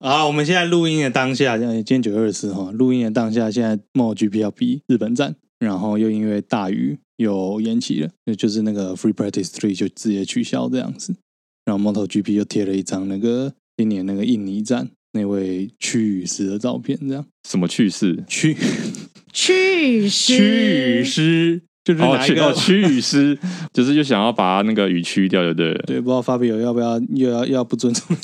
啊，我们现在录音的当下，呃今天九月二十四号，录音的当下，现在 MotoGP 要比日本站，然后又因为大雨又延期了，那就是那个 Free Practice Three 就直接取消这样子。然后 MotoGP 又贴了一张那个今年那个印尼站那位去雨师的照片，这样什么趣事？去去去雨湿，师就是哦，拿一去个、哦，驱雨师， 就是就想要把那个雨驱掉，就对了，对，不知道 Fabio 要不要又要又要不尊 重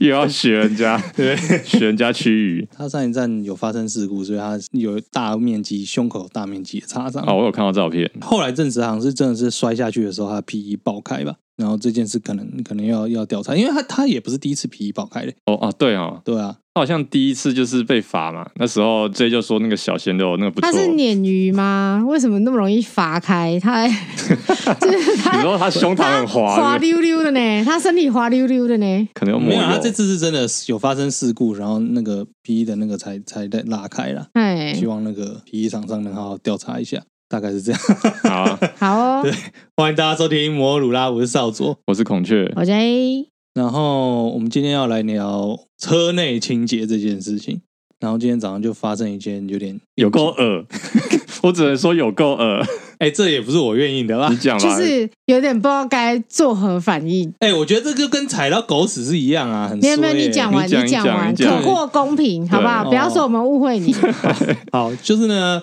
又要学 人家，对，学人家驱雨。他上一站有发生事故，所以他有大面积胸口有大面积的擦伤。哦，我有看到照片，后来证实好像是真的是摔下去的时候，他的皮衣爆开吧。然后这件事可能可能要要调查，因为他他也不是第一次皮衣爆开的，哦啊，对哦，对啊，他好像第一次就是被罚嘛，那时候 J 就说那个小鲜肉那个不错他，是鲶鱼吗？为什么那么容易罚开？他 就是你他说他胸膛很滑，滑是不是溜溜的呢，他身体滑溜溜的呢。可能有抹没有，啊他油这次是真的有发生事故，然后那个皮衣的那个才才在拉开啦。哎希，望那个 E 皮衣厂商能好好调查一下，大概是这样。 好啊，好哦对，欢迎大家收听《摩鲁拉》，我是少佐。我是孔雀，我觉得然后我们今天要来聊车内清洁这件事情。然后今天早上就发生一件 有点有够恶， 我只能说有够恶，哎、这也不是我愿意的啦你。讲吧，啊就是有点不知道该作何反应。哎、我觉得这个跟踩到狗屎是一样啊，很、没衰有没有，欸你讲完，你讲讲你讲完，你讲哦可获公平，好不好？对不要说我们误会 你。 好，就是呢，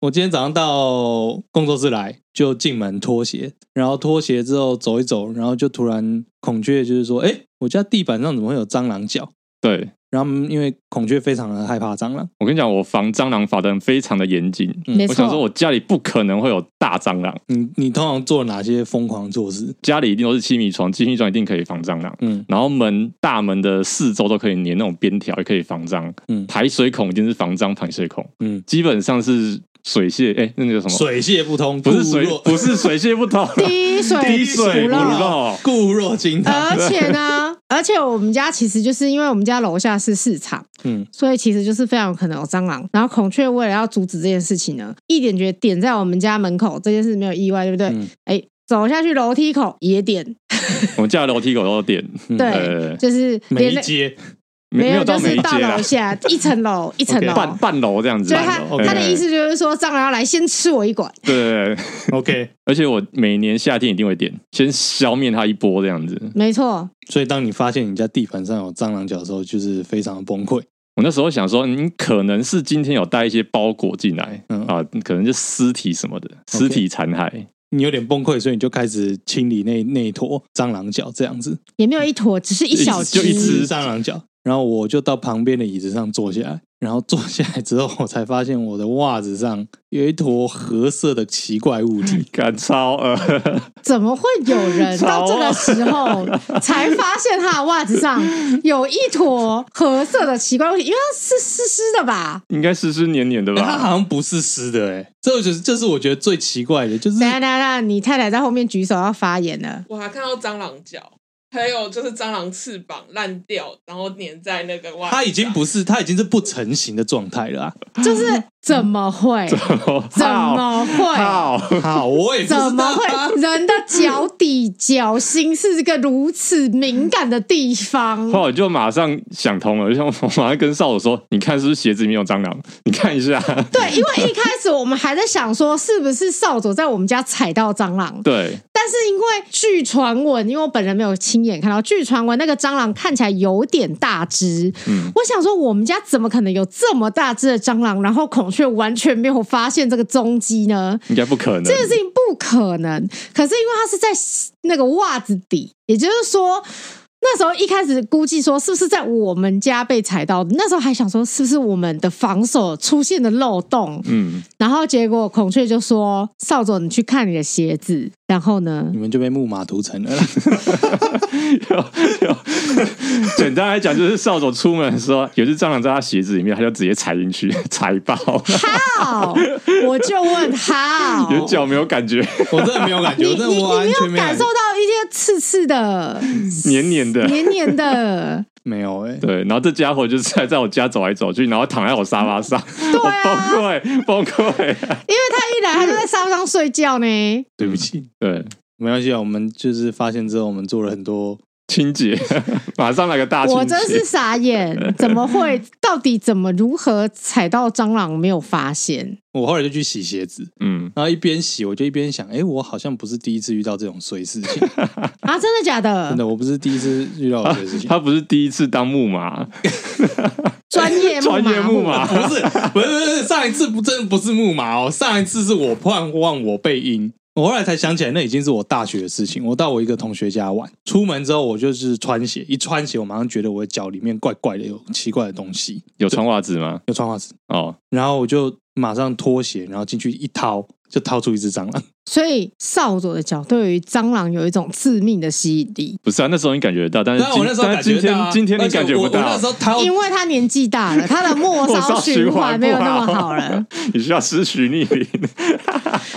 我今天早上到工作室来，就进门脱鞋，然后脱鞋之后走一走，然后就突然孔雀就是说，哎、我家地板上怎么会有蟑螂脚？对。然后因为孔雀非常的害怕蟑螂，我跟你讲，我防蟑螂法的非常的严谨。没我想说，错，我家里不可能会有大蟑螂，你你通常做哪些疯狂措施？家里一定都是七米床，七米床一定可以防蟑螂。嗯然后门大门的四周都可以粘那种边条，也可以防蟑。嗯排水孔一定是防蟑排水孔，嗯，基本上是水泄，哎，那个叫什么？水泄不通，不是固水若，不是水泄不 通，滴水滴水不不漏。漏。固若金汤。而且呢，而且我们家其实就是因为我们家楼下是市场，嗯所以其实就是非常有可能有蟑螂。然后孔雀为了要阻止这件事情呢，一点觉得点在我们家门口这件事没有意外，对不对？嗯哎、走下去楼梯口也点，我们家的楼梯口都有点，嗯对呃，就是每连一那阶没有，有就每是一到阶啦楼，下一层楼一层 OK，楼。半半楼这样子。所以他半楼他的 OK 意思就是说，蟑螂要来先吃我一管，对， 对 OK，而且我每年夏天一定会点，先消灭它一波这样子。没错，所以当你发现你家地板上有蟑螂脚的时候，就是非常的崩溃。我那时候想说，你可能是今天有带一些包裹进来、嗯啊，可能就尸体什么的，尸体残骸。你有点崩溃，所以你就开始清理那那一坨蟑螂脚，这样子也没有一坨，只是一小只，就一只蟑螂脚。然后我就到旁边的椅子上坐下来，然后坐下来之后，我才发现我的袜子上有一坨褐色的奇怪物 体。干超呃， 怎么会有人超到这个时候才发现他的袜子上有一坨褐色的奇怪物体？因为它是湿湿的吧？应该湿湿黏黏的欸、它啊 吧？好像不是湿的、欸，哎，这就是这是我觉得最奇怪的，就是等一下等一下，等一下你太太在后面举手要发言了。我还看到蟑螂脚，还有就是蟑螂翅膀烂掉，然后粘在那个袜子上。它已经不是，它已经是不成形的状态 了、啊。就是怎么会？怎么会？好？好，我也不知怎道么啊会？人的脚底、脚心是一个如此敏感的地方。后来我就马上想通了，就像我马上跟少佐说：“你看是不是鞋子里面有蟑螂？你看一下。对，因为一开始我们还在想说，是不是少佐在我们家踩到蟑螂”？对，但是因为据传闻，因为我本人没有亲眼看到，据传闻那个蟑螂看起来有点大只。嗯我想说，我们家怎么可能有这么大只的蟑螂？然后孔雀完全没有发现这个踪迹呢？应该不可能。这个事情不可能。可是因为它是在那个袜子底，也就是说。那时候一开始估计说是不是在我们家被踩到，那时候还想说是不是我们的防守出现了漏洞，嗯， 然后结果孔雀就说：“少佐，你去看你的鞋子。” 然后呢你，们就被木马屠城了啦。简单来讲，就是少佐出门的时候，有只蟑螂在他鞋子里面，他就直接踩进去， 踩爆，好，我就问好，有脚没有感觉，我真的没有感你觉，我你真的你我完没全有没有感受到一些刺刺的、黏黏的。黏黏的，没有哎、欸对，然后这家伙就是在在我家走来走去，然后躺在我沙发 上， 我啊崩溃崩溃。因为他一来他就在沙发上睡觉呢。对不起，对，没关系啊，我们就是发现之后，我们做了很多清洁，马上来个大清洁。我真是傻 眼，怎么会？到底怎么如何踩到蟑螂没有发现？我后来就去洗鞋子，嗯，然后一边洗我就一边想，哎、我好像不是第一次遇到这种衰事情，啊，真的假的？真的，我不是第一次遇到衰 事情。他不是第一次当木马，专业木专业木马马不是，不是，不是，上一次不真的不是木马哦，上一次是我盼望我被阴。我后来才想起来，那已经是我大学的事情。我到我一个同学家玩，出门之后我就是穿鞋，一穿鞋我马上觉得我的脚里面怪怪的，有奇怪的东西，有穿袜子吗？有穿袜子，哦，然后我就马上脱鞋，然后进去一掏，就掏出一只蟑螂。所以少佐的脚对于蟑螂有一种致命的吸引力，不是啊，那时候你感觉得到，但是但今我那时候但感是今觉天、到啊今天你而且感觉不我我到那时，候掏，因为他年纪 大了，他的末末梢梢循环环没有不那么好好了，， 你需要失徐逆 鳞。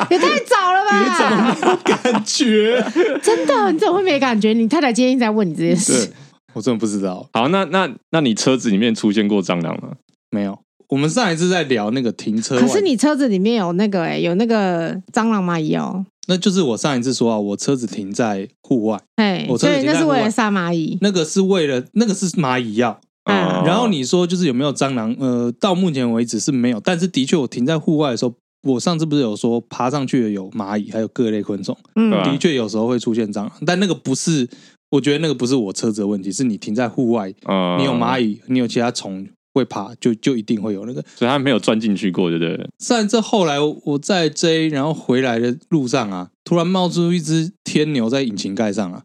也太早了吧？感觉，真的，你怎么会没感觉？你太太今天一直在问你这件事对，， 我真的不知道，好，那那那你车子里面出现过蟑螂吗？没有。我们上一次在聊那个停车，可是你车子里面有那个哎、有那个蟑螂蚂蚁哦，那就是我上一次说啊，我车子停在户外，哎，我车所子以已经那在是户为外了杀蚂蚁。那个是为了那个是蚂蚁药。嗯哦然后你说就是有没有蟑螂？呃，到目前为止是没有，但是的确我停在户外的时候，我上次不是有说爬上去的有蚂蚁，还有各类昆虫，嗯对啊的确有时候会出现蟑螂，但那个不是，我觉得那个不是我车子的问题，是你停在户外，嗯你有蚂蚁，蚁，你有其他虫会爬，就就一定会有那个。所以它没有钻进去过，对不对？上一次后来我在追，然后回来的路上啊，突然冒出一只天牛在引擎盖上啊，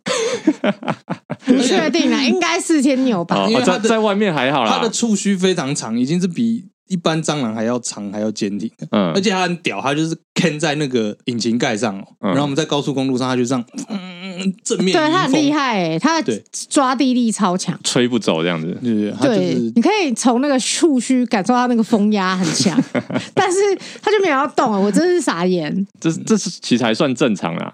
不确定 啦，应该是天牛吧哦，啊因为，它在的在外面还好它啦的，触须非常长，已经是比一般蟑螂还要长，还要坚挺。嗯而且它很屌，它就是坑在那个引擎盖上、哦嗯然后我们在高速公路上，它就这样、嗯、正面对他很厉迎风，害哎、他的对抓地力超强。吹不走这样子。对对对，它就对，是你可以从那个触须感受到那个风压很 强，但是他就没有要动啊了，我真是傻眼。这嗯这是其实还算正常啦。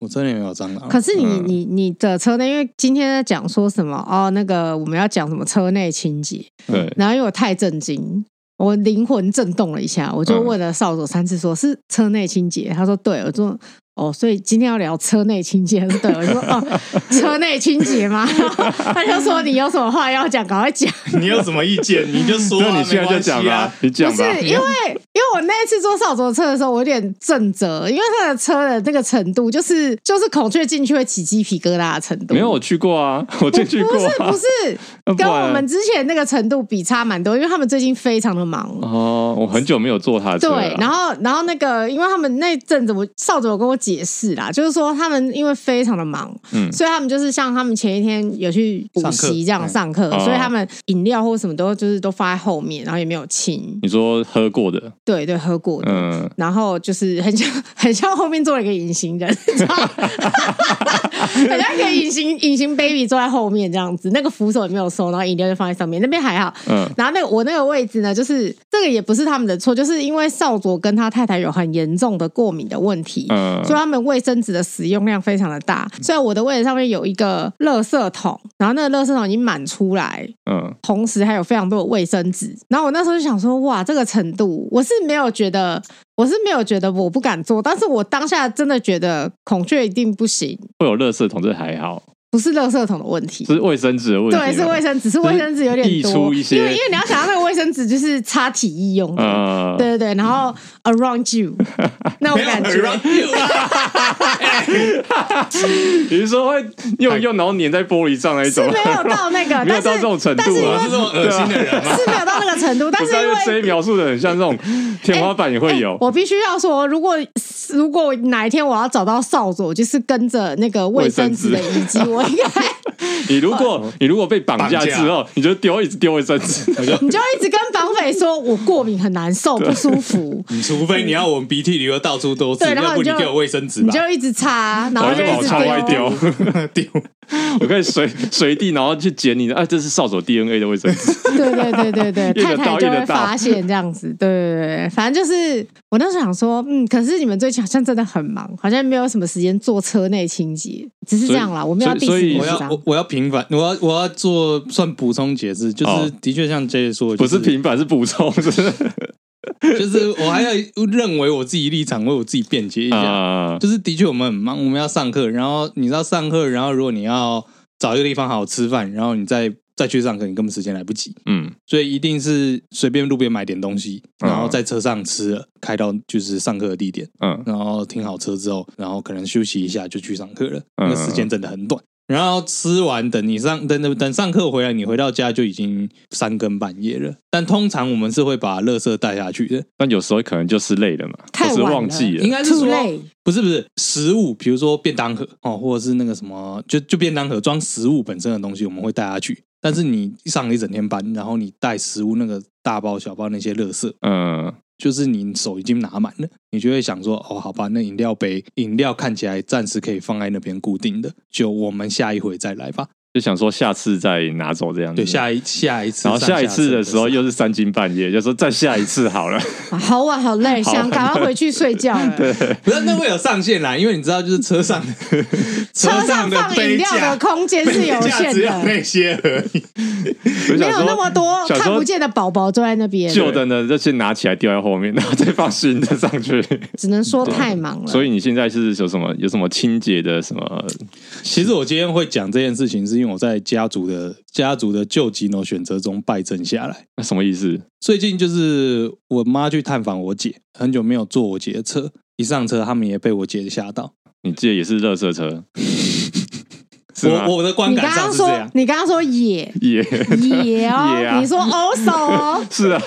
我真的也有蟑螂，啊可是你、嗯你你的车内，因为今天在讲说什么哦，那个我们要讲什么车内清洁，嗯对，然后因为我太震惊，我灵魂震动了一下，我嗯就问了少佐三次说，是车内清洁？他说对，我说哦，所以今天要聊车内清洁，他说对，我说 哦，车内清洁吗？ 然后他就说你有什么话要讲，赶快讲。 你有什么意见你就 啊说啊那你现在就讲啦，你啊不讲是吧。嗯因为，因为我那一次坐少佐车的时候，我有点震折，因为他的车的那个程度，就是就是孔雀进去会起鸡皮疙瘩的程度。没有，我去过啊，我不进去过不是啊。不是， 那不跟然我们之前那个程度比差蛮多，因为他们最近非常的忙。哦，我很久没有坐他的车了。对，然后，然后那个，因为他们那阵子我，少佐有跟我解释啦，就是说他们因为非常的忙，嗯所以他们就是像他们前一天有去补上课习这样嗯上课，哦所以他们饮料或什么都就是都放在后面，然后也没有清。你说喝过的，对对，喝过的，嗯，然后就是很像 很像后面坐了一个隐形人， 你知道吗很像一个隐形隐形 baby 坐在后面这样子，那个扶手也没有收，然后饮料就放在上面，那边还好。嗯然后那个我那个位置呢，就是这个也不是他们的错，就是因为少佐跟他太太有很严重的过敏的问题，嗯所以他们卫生纸的使用量非常的大。所以我的位置上面有一个垃圾桶，然后那个垃圾桶已经满出来，嗯，同时还有非常多的卫生纸。然后我那时候就想说，哇，这个程度，我是没有觉得，我是没有觉得我不敢做，但是我当下真的觉得孔雀一定不行，会有垃圾桶，这还好，不是垃圾桶的问题。是卫生纸的问题啊吗。对，是卫生纸，是卫生纸有点溢多，出一些因为因为你要想到那个卫生纸就是擦体液用的，嗯，对对对，然后 around you 那种感觉，你是说会用用然后粘在玻璃上那一 是种？ 没有到那个，没有但是到这种程度啊但是因我为是这么恶心的人吗？是没有到那个程度，但不是是，因为他谁描述的很像这种天花板也会有欸。我必须要说，如果如果哪一天我要找到少佐，就是跟着那个卫生纸的遗迹，我应该你如果你如果被绑架哦绑架之后，你就丢一直丢卫生 纸，你就一直跟绑匪说我过敏很难受不舒服， 除 非你要我们鼻涕流的到处都是，对然后要不你就给我卫生纸你吧，就一直擦，然后就把一我直朝外丢丢。。 丢。我可以随随地然后去捡你的，哎，这是扫帚 DNA 的卫生纸。对对对对对，越太得到太就越会得到发现这样子。对对对对，反正就是我那时候想说，嗯，可是你们最近好像真的很忙，好像没有什么时间做车内清洁，只是这样啦。我们要第所四以我十要章我，我要平反，我要我要做算补充解释，就是、哦的确像 J 说的，不就是平板，是补充，是就是我还要认为我自己立场为我自己辩解一下，啊，就是的确我们很忙，我们要上课，然后你知道上课，然后如果你要找一个地方好好吃饭，然后你再再去上课，你根本时间来不及，嗯，所以一定是随便路边买点东西，然后嗯在车上吃了，开到就是上课的地点，嗯然后停好车之后，然后可能休息一下就去上课了，嗯那时间真的很短。然后吃完，等你上等等上课回来，你回到家就已经三更半夜了。但通常我们是会把垃圾带下去的，但有时候可能就是累了嘛，太或晚是了忘记应了，该是 too 说 late，不是不是食物，比如说便当盒哦，或者是那个什么，就就便当盒装食物本身的东西，我们会带下去。但是你上了一整天班，然后你带食物那个大包小包那些垃圾，嗯就是你手已经拿满了，你就会想说，哦，好吧，那饮料杯饮料看起来暂时可以放在那边固定的，就我们下一回再来吧。就想说下次再拿走这样子。对，下一下一次，嗯然后下一次的时候又。又是三更半夜，就说再下一次好了。啊好晚好累，好想赶快回去睡觉了。不是，那会有上限啦，因为你知道，就是车上 车上上放饮杯料架的空间是有杯架限只有的，那些而已。我没想有说那么多想看说不见的宝宝坐在那边，旧的呢，就先拿起来丢在后面，然后再放新的上去。只能说太忙了。所以你现在是有什么有什么清洁的什么？其实我今天会讲这件事情，是因为我在家族的家族的旧吉诺选择中败阵下来。那什么意思？最近就是我妈去探访我姐，很久没有坐我姐的车，一上车他们也被我姐吓到。你借也是垃圾车，是吗？我我的观你感刚上刚是这说样，，你刚刚说野 也野野啊，哦，你说哦手哦是啊，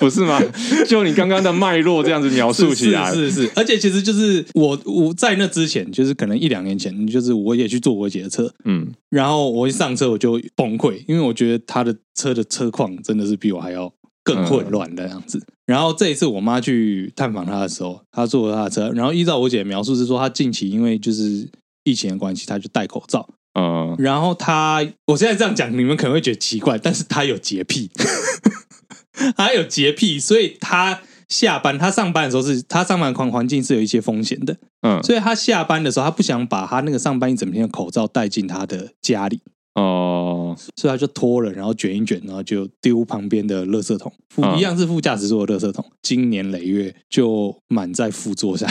不是吗？就你刚刚的脉络这样子描述起来，是是是是，而且其实就是我我在那之前，就是可能一两年前，就是我也去坐我姐的车，嗯，然后我一上车我就崩溃，因为我觉得他的车的车况真的是比我还要更混乱的样子。嗯然后这一次我妈去探访他的时候，她坐他的车，然后依照我姐的描述是说，她近期因为就是疫情的关系，她就戴口罩。嗯，然后她，我现在这样讲，你们可能会觉得奇怪，但是她有洁癖， 她有洁癖，所以她下班，她上班的时候是她上班的环环境是有一些风险的，嗯，所以她下班的时候，她不想把她那个上班一整天的口罩带进她的家里。哦，所以他就脱了，然后卷一卷，然后就丢旁边的垃圾桶，副嗯一样是副驾驶座的垃圾桶，经年累月就满在副座上，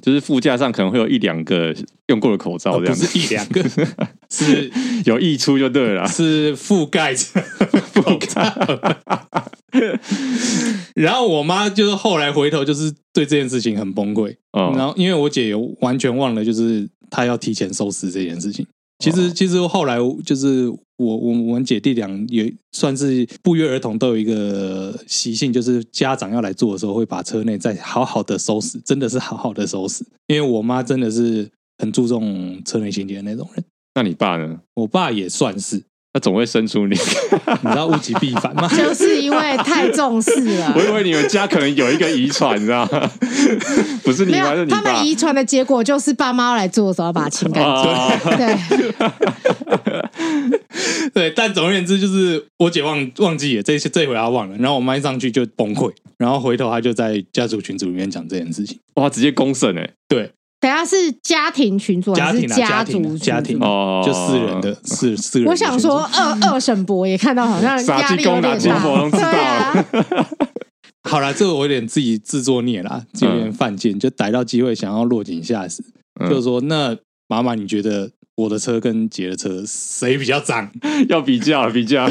就是副驾上可能会有一两个用过的口罩哦这呃 不样子，是一 两个，是有溢出就对了 啦。是覆盖 着覆盖。然后我妈就是后来回头就是对这件事情很崩溃，然哦，后因为我姐有完全忘了，就是她要提前收拾这件事情。其实，哦其实后来就是我我我们姐弟俩也算是不约而同都有一个习性，就是家长要来做的时候，会把车内再好好的收拾，真的是好好的收拾。因为我妈真的是很注重车内清洁的那种人，那你爸呢？我爸也算是，你他总会生出你。 知道物极必反吗？ 就是因为太重视了我。以为你们家可能有一个遗传，你知道吗？不是你没妈，是有，你他爸们。遗传的结果就是爸妈要来做的时候要把它清 干净。哦啊，对， 对，但总而言之，就是我姐忘忘记了这些，这回她忘了，然后我妈一上去就崩溃，然后回头她就在家族群组里面讲这件事情。哇，直接公审哎！等一下是家庭群组还家是庭啊家庭啊族家群庭组哦就私人的私私人。我想说，，二二沈博也看到，好像傻压鸡力有公打点鸡大婆都。知对道啊，好啦，这个我有点自己自作孽啦，有点犯贱，就逮到机会想要落井下石，嗯就是说，那妈妈你觉得我的车跟姐的车谁比较脏？要比较比较，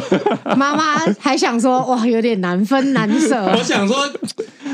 妈妈还想说，哇，有点难分难舍。 我想说，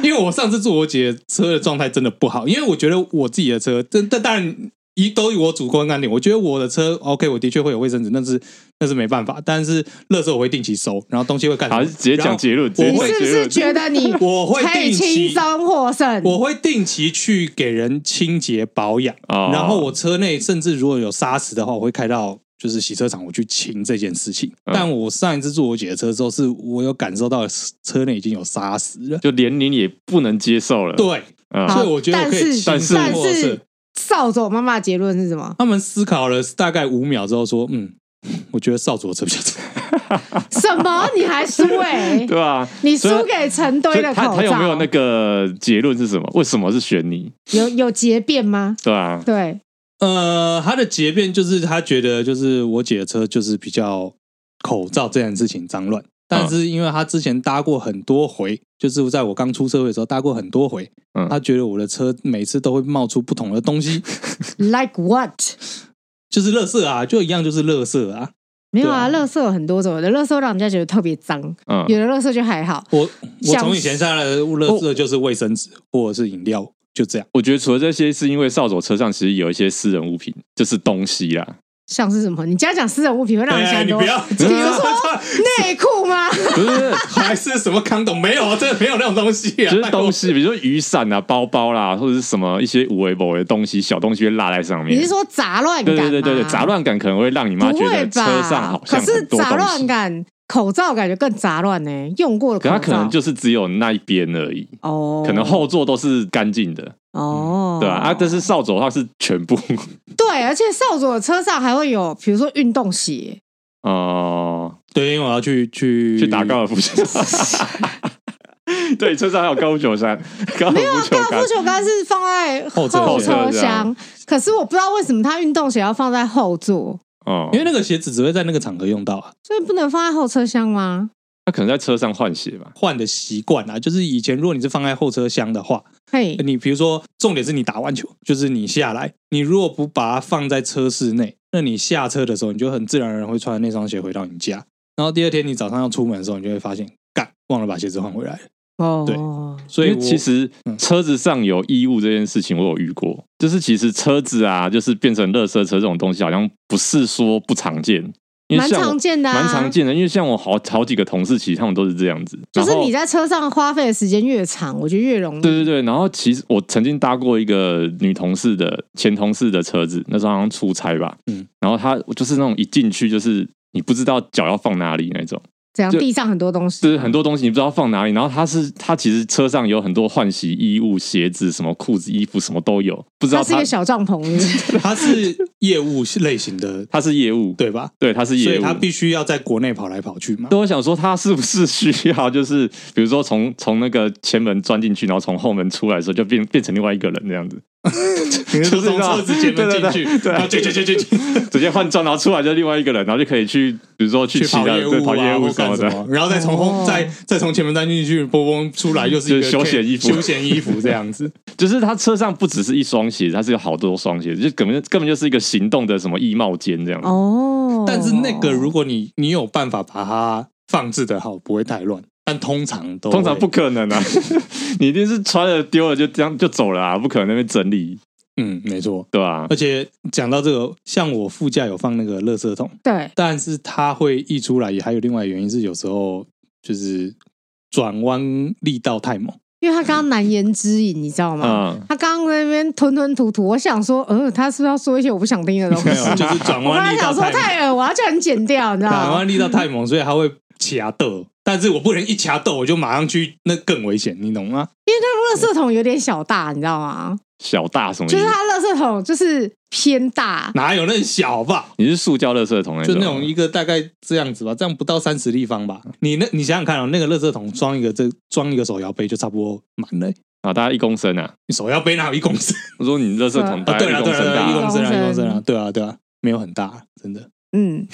因为我上次坐我姐车的状态真的不好，因为我觉得我自己的车，但但当然。以都以我主观观点，我觉得我的车 OK，我的确会有卫生纸，那是那是没办法。但是垃圾我会定期收，然后东西会干什好，么？直接讲结论，直接然你后我讲是不结是论。觉得你我会可以定期轻松获胜？我会定期去给人清洁保养，哦然后我车内甚至如果有砂石的话，我会开到就是洗车场我去清这件事情。嗯但我上一次坐我姐的车之后，是我有感受到车内已经有砂石了。就连您也不能接受了。对，嗯，好所以我觉得我可以轻但是松但获胜是。扫帚妈妈的结论是什么？他们思考了大概五秒之后说：“嗯，我觉得少佐车比较脏。什么？你还输哎、对吧？你所以输给成所堆以的口他罩。他有没有那个结论是什么？为什么是选你？有有结辩吗？对吧？对， 呃，他的结辩就是他觉得就是我姐的车就是比较口罩这件事情脏乱，嗯但是因为他之前搭过很多回，就是在我刚出社会的时候搭过很多回，嗯他觉得我的车每次都会冒出不同的东西， Like what？就是垃圾啊，就一样就是垃圾啊。没有啊，对垃圾有很多种，有的垃圾让人家觉得特别脏，嗯，有的垃圾就还好。我我像从以前下来的垃圾就是卫生纸或者是饮料，就这样。我觉得除了这些，是因为扫帚车上其实有一些私人物品，就是东西啦。像是什么？你这样讲私人物品会让人想哎很你多。不 要，比如说内裤 吗？不 是， 还是什么康懂没有，真的没有那种东西啊。就是东西，比如说雨伞啊、包包啦，或者是什么一些无为不为的东西，小东西会落在上面。你是说杂乱对感吗？对对对对，杂乱感可能会让你妈不觉得会车上吧好？可像是很多杂东乱西，感，口罩感觉更杂乱呢、用过的可口罩，它可能就是只有那一边而已，哦，可能后座都是干净的，哦，对吧？啊，但是扫帚它是全部对，而且少佐的车上还会有，比如说运动鞋，哦，对，因为我要去去去打高尔夫球。 对，车上还有高尔夫球杆，高尔夫球高杆尔夫。球杆是放在后车后后车车厢厢，可是我不知道为什么他运动鞋要放在后座，哦，因为那个鞋子只会在那个场合用到啊，所以不能放在后车厢吗？他可能在车上换鞋吧。换的习惯啊，就是以前如果你是放在后车厢的话，嘿，哎你比如说重点是你打完球，就是你下来，你如果不把它放在车室内，那你下车的时候，你就很自然而然会穿那双鞋回到你家，然后第二天你早上要出门的时候，你就会发现，干忘了把鞋子换回来了，对哦，所以因为其我实嗯车子上有衣物这件事情，我有遇过。就是其实车子啊，就是变成垃圾车这种东西，好像不是说不常见，因为蛮像我常见的、啊，蛮常。见的。因为像我好好几个同事，其实他们都是这样子。就然是后你在车上花费的时间越长，我觉得越容易。对对对，然后其实我曾经搭过一个女同事的前同事的车子，那时候好像出差吧，嗯嗯，然后她就是那种一进去就是你不知道脚要放哪里那种。怎样？就地上很多东就西，是很多东西你不知道放哪里，然后他是他其实车上有很多换洗衣物、鞋子、什么裤子、衣服什么都有，不知道它是一他个小 帐篷，是不是它是业务类型的，他是业务，对吧？对，他是所业以务。他必须要在国内跑来跑去嘛。对，我想说他是不是需要就是比如说从从那个前门钻进去，然后从后门出来的时候就变变成另外一个人这样子， 你 就是从车子前对对门进对去，对然后进进进进进直接换装，然后出来就另外一个人，然后就可以去比如说去去其跑他业对务跑啊，业务或什么干什的。么，然后再从后哦再再从前门钻进去，波波出来又是一个就是休闲衣服哦休闲衣服这样 子。就是他车上不只是一双鞋，他是有好多双鞋，就根本就根本就是一个行动的什么衣帽间这样子。哦。但是那个，如果你你有办法把它放置的好，不会太乱。但通常都通常不会可能 啊，你一定是穿了丢了就这样就走了啊，不可能那边整理，嗯，没错。对吧、而且讲到这个，像我副驾有放那个垃圾桶，对，但是它会溢出来，也还有另外原因是有时候就是转弯力道太猛，因为他刚刚难言之隐，你知道吗？啊嗯，他刚刚在那边吞吞吐吐，我想说，呃，他是不是要说一些我不想听的东西 没？有就是转我刚弯才力想道说太猛，太恶，我要叫你剪掉，你知道转吗？弯力道太猛，所以它会卡豆。但是我不能一卡豆我就马上去，那更危险，你懂吗？垃圾桶有点小大，你知道吗？小大什么意就是思？它垃圾桶就是偏大，哪有那么小好不好？你是塑胶垃圾桶那就种？那种一个大概这样子吧，这样不到三十立方吧。你那，你想想看哦，那个垃圾桶装一个这装一个手摇杯就差不多满了、啊，大概一公升啊。你手摇杯哪有一公升？我说你垃圾桶大啊，概对了一对公了，升对大啦一啊，公升啊，一一公公升升啊，对啊对啊，没有很大，真的。嗯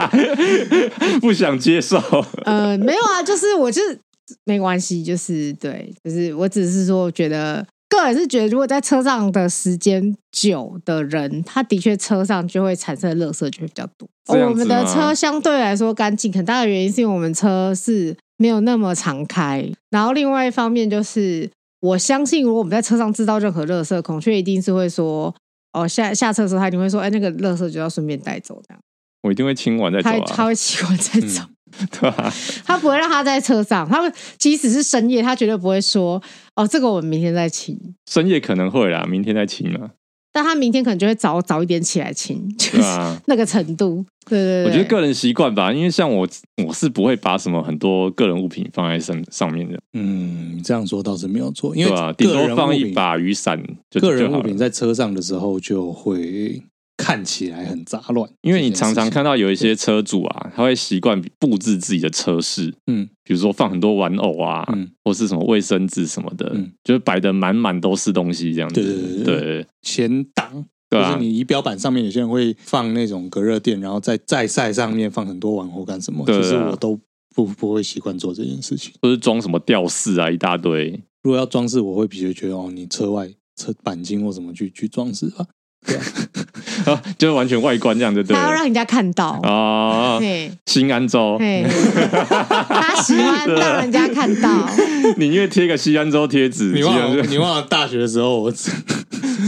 不想接受。 呃，没有啊，就是我就是没关系，就是对，就是我只是说觉得。个人是觉得，如果在车上的时间久的人，他的确车上就会产生的垃圾就会比较多。这样子吗我们的车相对来说干净，很大的原因是因为我们车是没有那么常开。然后另外一方面就是，我相信如果我们在车上制造任何垃圾，孔雀一定是会说，哦下下车的时候他一定会说，哎、那个垃圾就要顺便带走，这样我一定会清完再走他他啊，会习惯再走。对吧、他不会让他在车上，他们即使是深夜，他绝对不会说哦，这个我们明天再清。深夜可能会啦，明天再清啊，但他明天可能就会早早一点起来清，就对是 吧、 那个程度。对对对，我觉得个人习惯吧，因为像我，我是不会把什么很多个人物品放在身上面的，嗯，这样说倒是没有错，因对为吧、顶个人多放物一品把雨伞就个就人好物了品。在车上的时候就会看起来很杂乱，因为你这常常件事情看到有一些车主啊，他会习惯布置自己的车室，嗯比如说放很多玩偶啊，嗯，或是什么卫生纸什么的，嗯就是摆的满满都是东西这样子。对对对对对对前挡。对就啊是你仪表板上面有些人会放那种隔热垫，然后在在晒上面放很多碗或干什么，对啊其实我都不不会习惯做这件事情。或是装什么吊饰啊，一大堆。 如果要装饰，我会比较觉得哦，你车外车钣金或什么去去装饰吧。啊就完全外观这样就对 他要让了人家看到。啊。对，新安州， 对，他喜欢啊让人家看到。你因为贴个西安州贴纸，你西忘安了州你忘了大学的时候我，什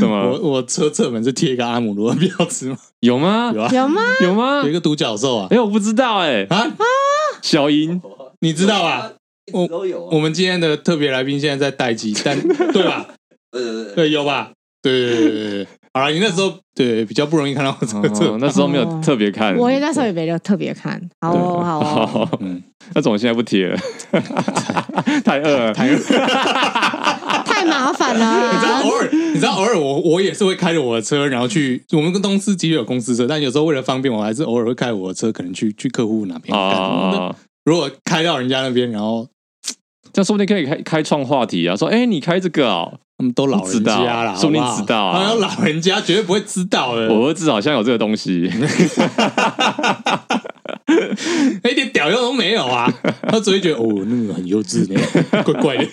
我么我 车侧门是贴一个阿姆罗的标志 吗？有吗？有啊，有吗？有吗有一？个独角兽啊哎，我不知道哎，啊，小英你知道吧？？一直都有啊，我们今天的特别来宾现在在待机， 但对吧？对对对，对，有吧？对对对对对。好了，你那时候对比较不容易看到这个这哦个，那时候没有哦特别看，我也那时候也没有特别看。好哦，好哦， 哦，嗯，那种现在不贴 了，太饿了，台太麻烦了你知道啊。偶尔，你知道偶尔我我也是会开着我的车，然后去我们跟公司其实有公司车，但有时候为了方便，我还是偶尔会开我的车，可能去去客户那边干什么的。哦，如果开到人家那边，然后这样说不定可以开开创话题啊，说哎，你开这个哦，他们都老人家啦，不知道说不定好好知道啊哦好像老人家绝对不会知道的。我儿子好像有这个 东西，哎一点屌用都没有啊！他只会觉得哦，那个很幼稚的，怪怪的。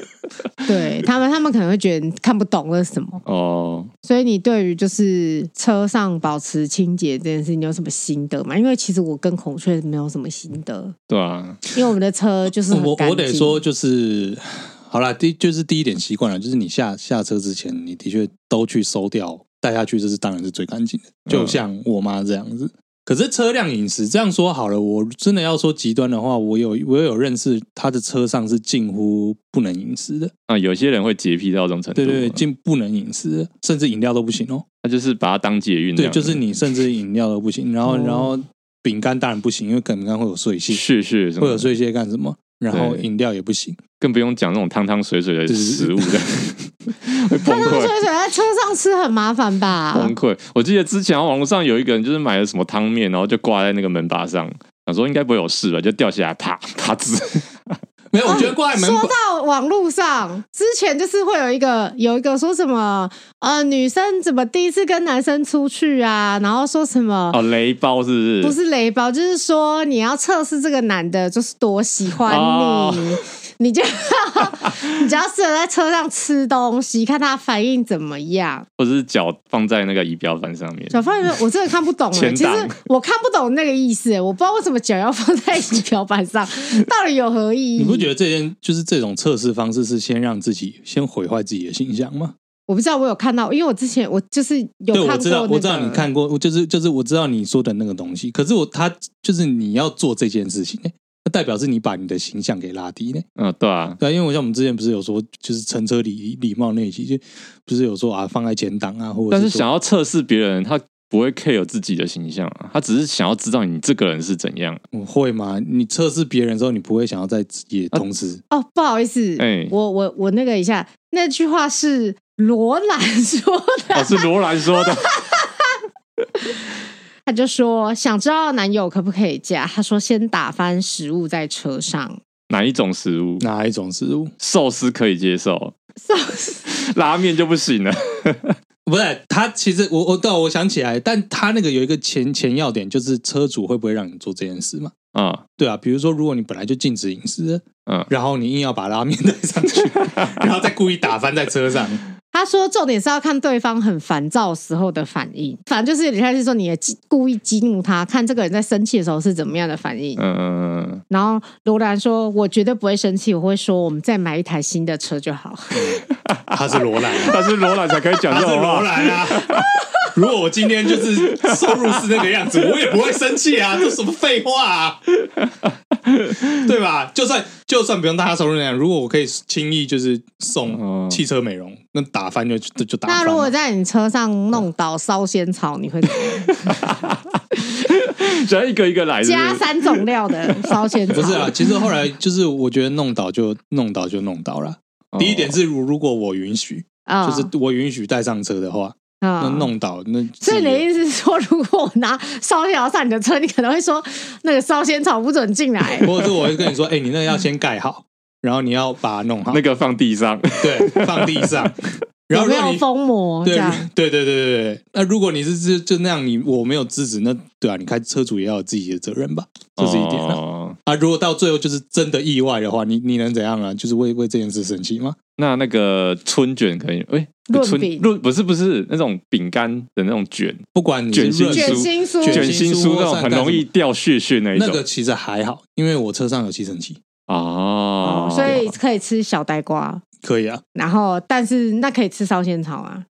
对他们，他们可能会觉得你看不懂那是什么。哦，所以你对于就是车上保持清洁这件事，你有什么心得吗？因为其实我跟孔雀没有什么心得，对啊，因为我们的车就是很我干我净得说，就是好啦，第就是第一点习惯了，就是你下下车之前，你的确都去收掉带下去，这是当然是最干净的。就像我妈这样子。可是车辆饮食这样说好了，我真的要说极端的话，我有我有认识，他的车上是近乎不能饮食的，啊，有些人会洁癖到这种程度，对对对，近不能饮食的，甚至饮料都不行哦。他就是把它当捷运对，这样，就是你甚至饮料都不行，然后、然后饼干当然不行，因为饼干会有碎屑，是是，会有碎屑干什么？然后对饮料也不行，更不用讲那种汤汤水水的对食物的， 会崩那溃水。水在哎车上吃很麻烦吧崩？溃！我记得之前网络上有一个人就是买了什么汤面，然后就挂在那个门把上，想说应该不会有事吧，就掉下来，啪 啪吱。没有，我觉得挂在门说把到网络上，之前就是会有一个有一个说什么呃，女生怎么第一次跟男生出去啊，然后说什么。哦，雷包是不是？不是雷包，就是说你要测试这个男的，就是多喜欢你，哦 你就你只要试着在车上吃东西，看他反应怎么样。或者是脚放在那个仪表板上面。小芳，我真的看不懂 哎、前其实挡我看不懂那个意思、我不知道为什么脚要放在仪表 板上，到底有何意义？你不觉得这件就是这种测试方式是先让自己先毁坏自己的形象吗？我不知道，我有看到，因为我之前我就是有对，看过、那我个，知道，我知道你看过，我就是就是我知道你说的那个东西。可是我他就是你要做这件事情呢，那代表是你把你的形象给拉低呢。嗯，对啊，对啊，因为我像我们之前不是有说，就是乘车礼礼貌那一集，就不是有说啊放在前挡啊，或者但是说想要测试别人，他不会 care 自己的形象啊，他只是想要知道你这个人是怎样。嗯会吗？你测试别人的时候，你不会想要在自己啊的同时、哦，不好意思，哎我我我那个一下，那句话是罗兰说的，哦，是罗兰说的， 他就说想知道男友可不可以嫁，他说先打翻食物在车上，哪一种食物？哪一种食物？寿司可以接受， So- 拉面就不行了。不是他，其实我我对啊我想起来，但他那个有一个前前要点，就是车主会不会让你做这件事嘛？啊、对啊，比如说如果你本来就禁止饮食，嗯然后你硬要把拉面带上去， 然后再故意打翻在车上，他说重点是要看对方很烦躁时候的反应，反正就是有点像是说你也激故意激怒他，看这个人在生气的时候是怎么样的反应。嗯嗯，嗯然后罗兰说：“我绝对不会生气，我会说我们再买一台新的车就好。”他是罗兰、 啊，但是罗兰才可以 讲他这是种罗话。兰啊。如果我今天就是收入是那个样子，我也不会生气啊，这什么废话啊，对吧？就算就算不用大家收入那样，如果我可以轻易就是哦送汽车美容，那打翻就就就打翻那了。如果在你车上弄倒烧仙草， 你会怎么样只要一个一个来是不加是，三种料的烧仙草？不是啊，其实后来就是我觉得弄倒就弄倒就弄倒了。哦第一点是，如如果我允许，啊就是我允许带上车的话，那啊。弄倒那所以你的你，意思是说，如果我拿烧仙草上你的车，你可能会说那个烧仙草不准进来或者是我会跟你说，哎，你那个要先盖好，然后你要把它弄好，那个放地上，对，放地 上。 然有后没如果有你封膜这对样？对对对对对，那如果你是就就那样，你我没有制止，那对啊，你开车主也要有自己的责任吧，这是一点啊。哦啊，啊，如果到最后就是真的意外的话，你你能怎样啊？就是为为这件事生气吗？那那个春卷可以，哎、润春饼润不是不是那种饼干的那种卷，不管你卷是心润卷酥心酥，卷卷心酥那种很容易掉屑屑那一种那个其实还好，因为我车上有吸尘器，啊、哦所以可以吃小呆瓜。可以啊。然后，但是那可以吃烧仙草啊，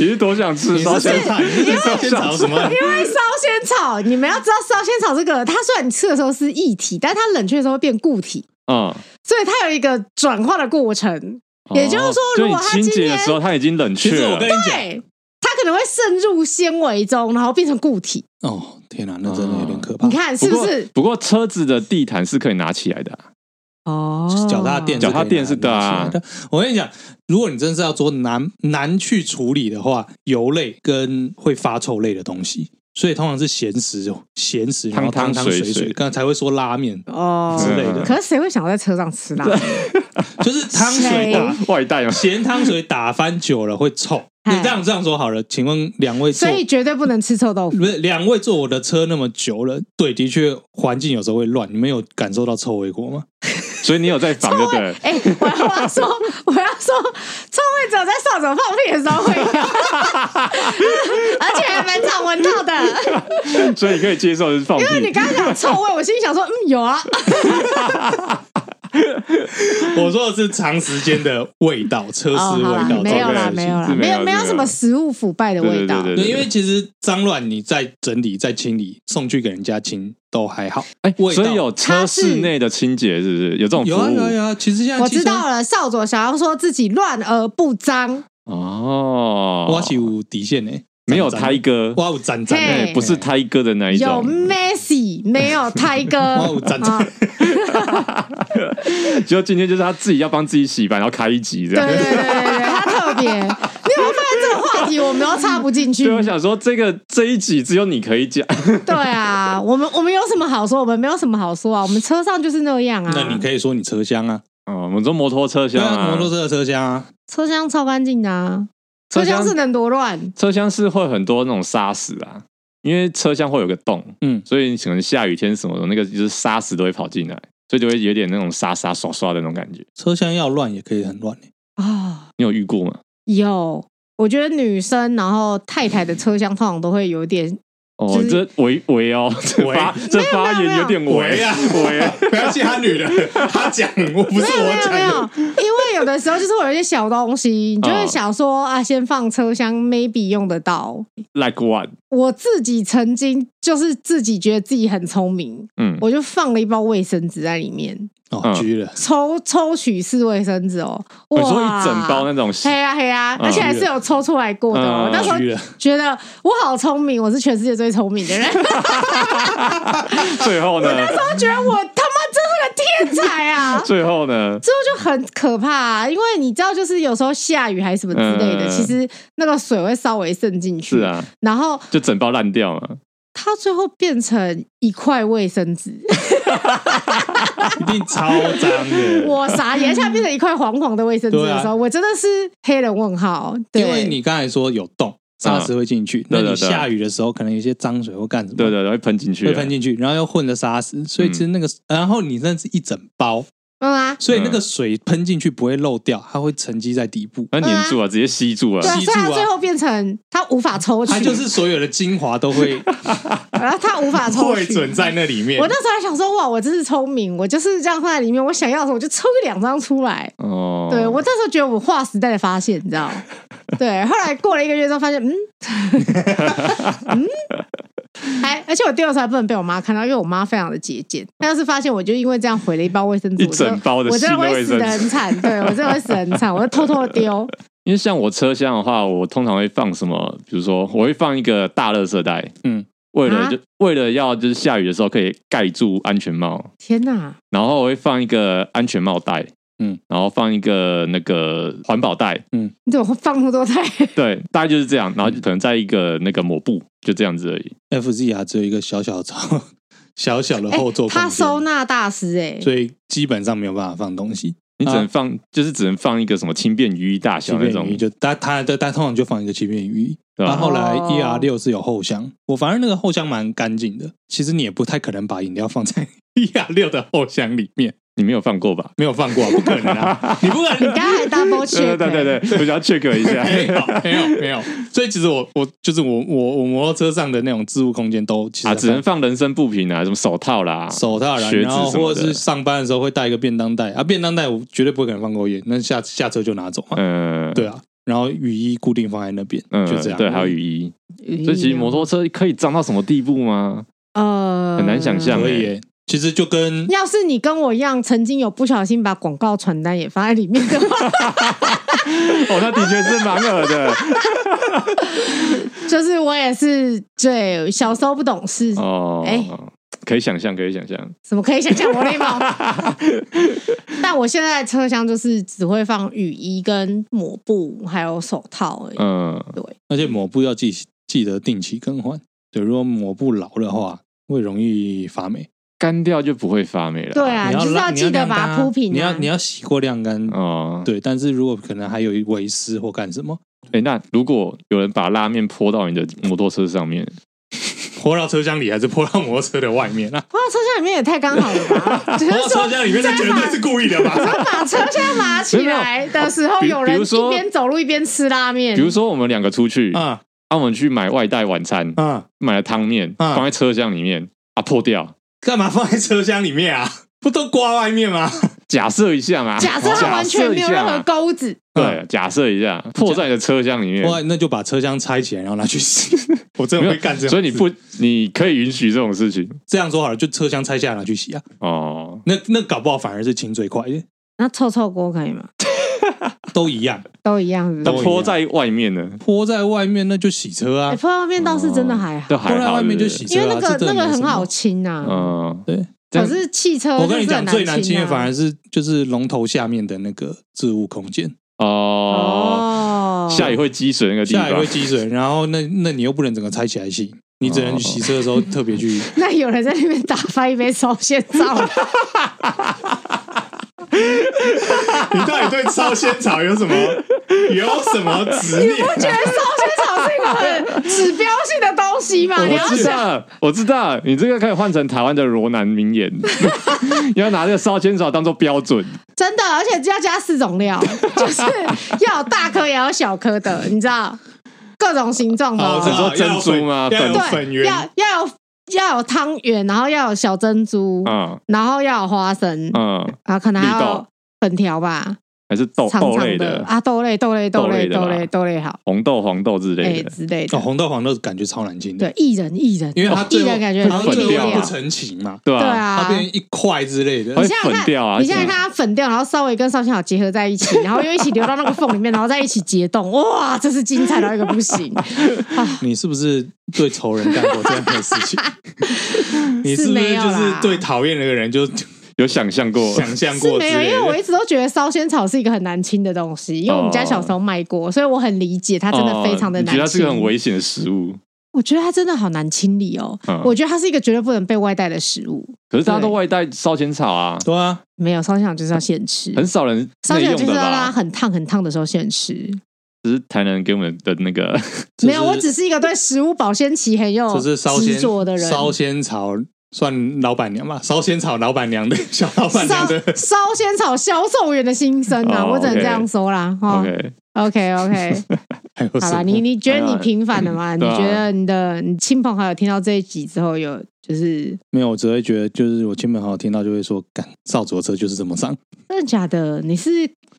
你是多想吃你烧是仙现草场，？你是烧仙草什么？因为烧仙草，你们要知道烧仙草这个，它虽然你吃的时候是液体，但它冷却的时候会变固体，嗯，所以它有一个转化的过程。也就是说哦如就果你它清洁今的天时候，它已经冷其却实我跟了你讲，对，它可能会渗入纤维中，然后变成固体。哦，天哪、那真的有点可怕。你看是不不过是？不过车子的地毯是可以拿起来的啊、哦脚踏垫，脚踏垫是的啊但我跟你讲，如果你真是要做难难去处理的话，油类跟会发臭类的东西，所以通常是咸食、哦咸食，然后汤汤汤汤水水水水，刚才会说拉面哦之类的，可是谁会想要在车上吃辣？就是汤水打谁外带嘛，咸汤水打翻久了会臭。嗨那这样这样说好了，请问两位坐所以绝对不能吃臭豆腐。不是两位坐我的车那么久了，对，的确环境有时候会乱，你们有感受到臭味过吗？所以你有在防就对了。哎、我要我要说，我要说，臭味者在扫帚放屁的时候会有，而且还蛮常闻到的。所以你可以接受就是放屁。因为你刚刚讲臭味，我心里想说，嗯，有啊， 我说的是长时间的味 道，车哦湿味好啦道，没有啦，这种东西没有啦，是没没有有没是有没有什么食物腐败的味道。对对对对对，因为其实脏乱你再整理、再清理，送去给人家清都还好。哎、味道所以有车室内的清洁是不是有这种服务？有啊有啊有啊，其实现在我汽车知道了，少佐想要说自己乱而不脏，哦，我是有底线呢，没有沾胎，哥，哎我有沾沾嘿欸，不是胎哥的那一有种，嗯 Messi 没有泰哥哇我赞成啊就今天就是他自己要帮自己洗白，然后开一集这对样。对对对对，对他特别。你有没有发现这个话题我们都插不进去所以？我想说，这个这一集只有你可以讲，嗯 对啊，我们我们有什么好说？我们没有什么好说啊，我们车上就是那样啊。那你可以说你车厢啊，哦，我们说摩托车对厢啊，摩托啊，车的车厢啊，车厢超干净的啊，车车厢厢是能多乱？车厢是会很多那种沙石啊，因为车厢会有个洞，嗯，所以你可能下雨天什么的，那个就是沙石都会跑进来，所以就会有点那种沙沙刷刷的那种感觉。车厢要乱也可以很乱欸。啊、你有遇过吗？有。我觉得女生然后太太的车厢通常都会有点哦，就是这违违哦，这发这发言有点违啊，违啊，不要信他女的， 他讲我不是没有没有没有， 因为有的时候就是会有一些小东西，你就会哦想说啊，先放车厢，maybe 用得到。 ，like one，我自己曾经就是自己觉得自己很聪明，嗯，我就放了一包卫生纸在里面，哦，居了，抽抽取式卫生纸哦，我哇，说一整包那种洗嘿呀嘿呀，而且还是有抽出来过的哦。嗯我那时候居 了，觉得我好聪明，我是全世界最聪明的人，我最后呢？觉得我他妈真是个天才 啊！最后呢？之后就很可怕、啊，因为你知道，就是有时候下雨还是什么之类的，嗯其实那个水会稍微渗进去。是，啊，然后就整包烂掉嘛。它最后变成一块卫生纸，一定超脏的。 我傻眼，而且它变成一块黄黄的卫生纸的时候，我真的是黑人问号。对因为你刚才说有洞，沙石会进去，那嗯对你对对下雨的时候可能有一些脏水或干什么，对嗯对对，会喷进去会啊。喷进去，然后又混着沙石，所以其实那个，然后你那是一整包，嗯啊，所以那个水喷进去不会漏掉，它会沉积在底部，那粘住啊，直接吸住啊对。啊，吸所以它住啊最后变成它无法抽取，它就是所有的精华都会 然后 它无法抽汇取。准在那里面我。那时候还想说，哇，我真是聪明，我就是这样放在里面，我想要的时候我就抽两张出来。哦，对我那时候觉得我划时代的发现，你知道？ 对，后来过了一个月之后，发现，嗯， 嗯，还而且我丢的时候还不能被我妈看到，因为我妈非常的节俭。她要是发现我就因为这样毁了一包卫生 纸，一整包的我真新的的会卫死生的很纸惨。对我真的会死得很惨，我就偷偷地 丢。因为像我车厢的话，我通常会放什么？比如说，我会放一个大垃圾袋，嗯，为了啊就为了要就是下雨的时候可以盖住安全帽，天哪！然后我会放一个安全帽带，嗯，然后放一个那个环保袋，你怎么会放那么多 袋？对，大概就是这样，然后就可能在一个那个抹布，就这样子而已。 FZ 啊，只有一个小小的 小小的哎后座空他收间，纳大师哎、所以基本上没有办法放东西。你只啊能放，就是只能放一个什么轻便雨衣大欺小那骗种雨衣，就它它它它通常就放一个欺骗雨衣，对然吧？后后来哦 E R 六是有后箱，我反而那个后箱蛮干净的。其实你也不太可能把饮料放在 E R 六的后箱里面，你没有放过吧？没有 放过啊、不可能啊！你不可你能刚刚还 double 对 check，对对对，我想要 check 一下。啊没有没有没有。所以其实我我就是我我我摩托车上的那种置物空间都其实啊，只能放人身不平啊，什么手套啦，手套啦，靴子然后什么或者的是上班的时候会带一个便当袋啊，便当袋我绝对不会可能放过夜，那下下车就拿走嘛。嗯，对啊，然后雨衣固定放在那边，嗯，就这样。对，还有雨哎衣，对所以其实摩托车可以脏到什么地步吗？哦呃很难想象可以耶、其实就跟 要是你跟我一样，曾经有不小心把广告传单也放在里面的话， 哦，那的确是蛮恶的就是我也是对小时候不懂事，哦。哎可以想象，可以想象，怎么可以想象我那 毛？但我现在的车厢就是只会放雨衣、跟抹布还有手套而已。嗯，而且抹布要记记得定期更换。对，如果抹布老的话，会容易发霉。干掉就不会发霉了。对，啊，你就要是拉记得把它铺平、啊。你要你要洗过晾干。哦，对，但是如果可能还有微湿或干什么，哎，那如果有人把拉面泼到你的摩托车上面，嗯泼到车厢里还是泼到摩托车的外面啊？哇，车厢里面也太刚好了 吧？只是泼到说车厢里面，那绝对是故意的吧？把车厢拿起来的时候，没有有人比比如一说边走路一边吃拉面。比如说我们两个出去，啊，啊我们去买外带晚餐，啊！买了汤面，啊放在车厢里面啊，破掉。干嘛放在车厢里面啊？不都挂外面吗？假设一下嘛，假设它完全没有任何哦假设一下钩子，对，假设一下破在你的车厢里面，哇，那就把车厢拆起来，然后拿去洗。 我真没的有会干这种事，所以你不，你可以允许这种事情这样说好了，就车厢拆下来拿去洗啊。哦。那那搞不好反而是清最快的，那臭臭锅可以吗？都一样。都一样是那不都是一样泼在外面呢？泼在外面那就洗车啊哎，，泡泡面倒是真的还好就，泼还在好，外面就对不对洗车哎因为啊。那个这真那的没个什很么好。清啊。嗯，对，这可样是汽车我跟你讲，最难清啊清的反而是就是龙头下面的那个置物空间，哦，哦下雨会积水那个地下来方会，积水，然后那那你又不能整个拆起来洗，你只能哦洗车的时候特 别去。那有人在那边打翻一杯烧仙草， 你到底对烧仙草有什 么有什么执念？觉得烧仙草是一个很指标性的东西嘛？你要我知想，道，我知道，你这个可以换成台湾的罗南名言， 你要拿这个烧仙草当做标准。真的，而且要加四 种料，就是要有大颗也要有小颗的，你知道各种形状的哦，知这道哦，种珍珠吗要有对粉对，要圆，要有要有汤圆，然后要有小珍珠，嗯然后要有花生，嗯，然后可能还绿有豆粉条吧，还是豆长哦豆类长的，啊，豆类豆类豆豆类类的豆吧类豆类好，红豆、黄豆之哎类的。之类的哦，，红豆黄豆感觉超难清的，对，艺人艺人，因为它艺最后人感觉它很最掉后啊不成形嘛，对对啊，啊它，变成一块之类的会你。想想粉看，掉啊！你想想看，它粉掉，然后稍微跟烧仙草结合在 一起，然后又一起流到那个缝里面，然后再一起结冻，哇，这是精彩到一个不 行！你是不是对仇人干过这样的事 情？你是不没是有就啦是对讨厌那个人就有想象过？想象是过之没有，因类为我一的？直都觉得烧仙草是一个很难清的东西，因为我们家小时候卖过，所以我很理解它真的非常哦的哦你难觉得它是清。个很危险的食物，我觉得它真的好难清理哦，嗯我觉得它是一个绝对不能被外带的食物。可是大家都外带烧仙草啊，对啊，没有烧仙草就是要现吃，很少人烧内仙草用就是的要让它吧？很烫很烫的时候现吃。只是台南给我们的那个，就是没有，我只是一个对食物保鲜期很有就是烧执仙着的人。烧 仙草算老板娘吧，烧仙草老板 娘的小老板烧娘的。烧仙草销售员的心声啊，哦我只能 OK 这样说啦。哈 OK， ，OK OK，还有好什啦，么你你觉得你平凡了吗？你对啊觉得你的你亲朋好友听到这一集之后，有就是没有，我只会觉得就是我亲朋好友听到就会说，干少佐车就是这么上。真的假的？你是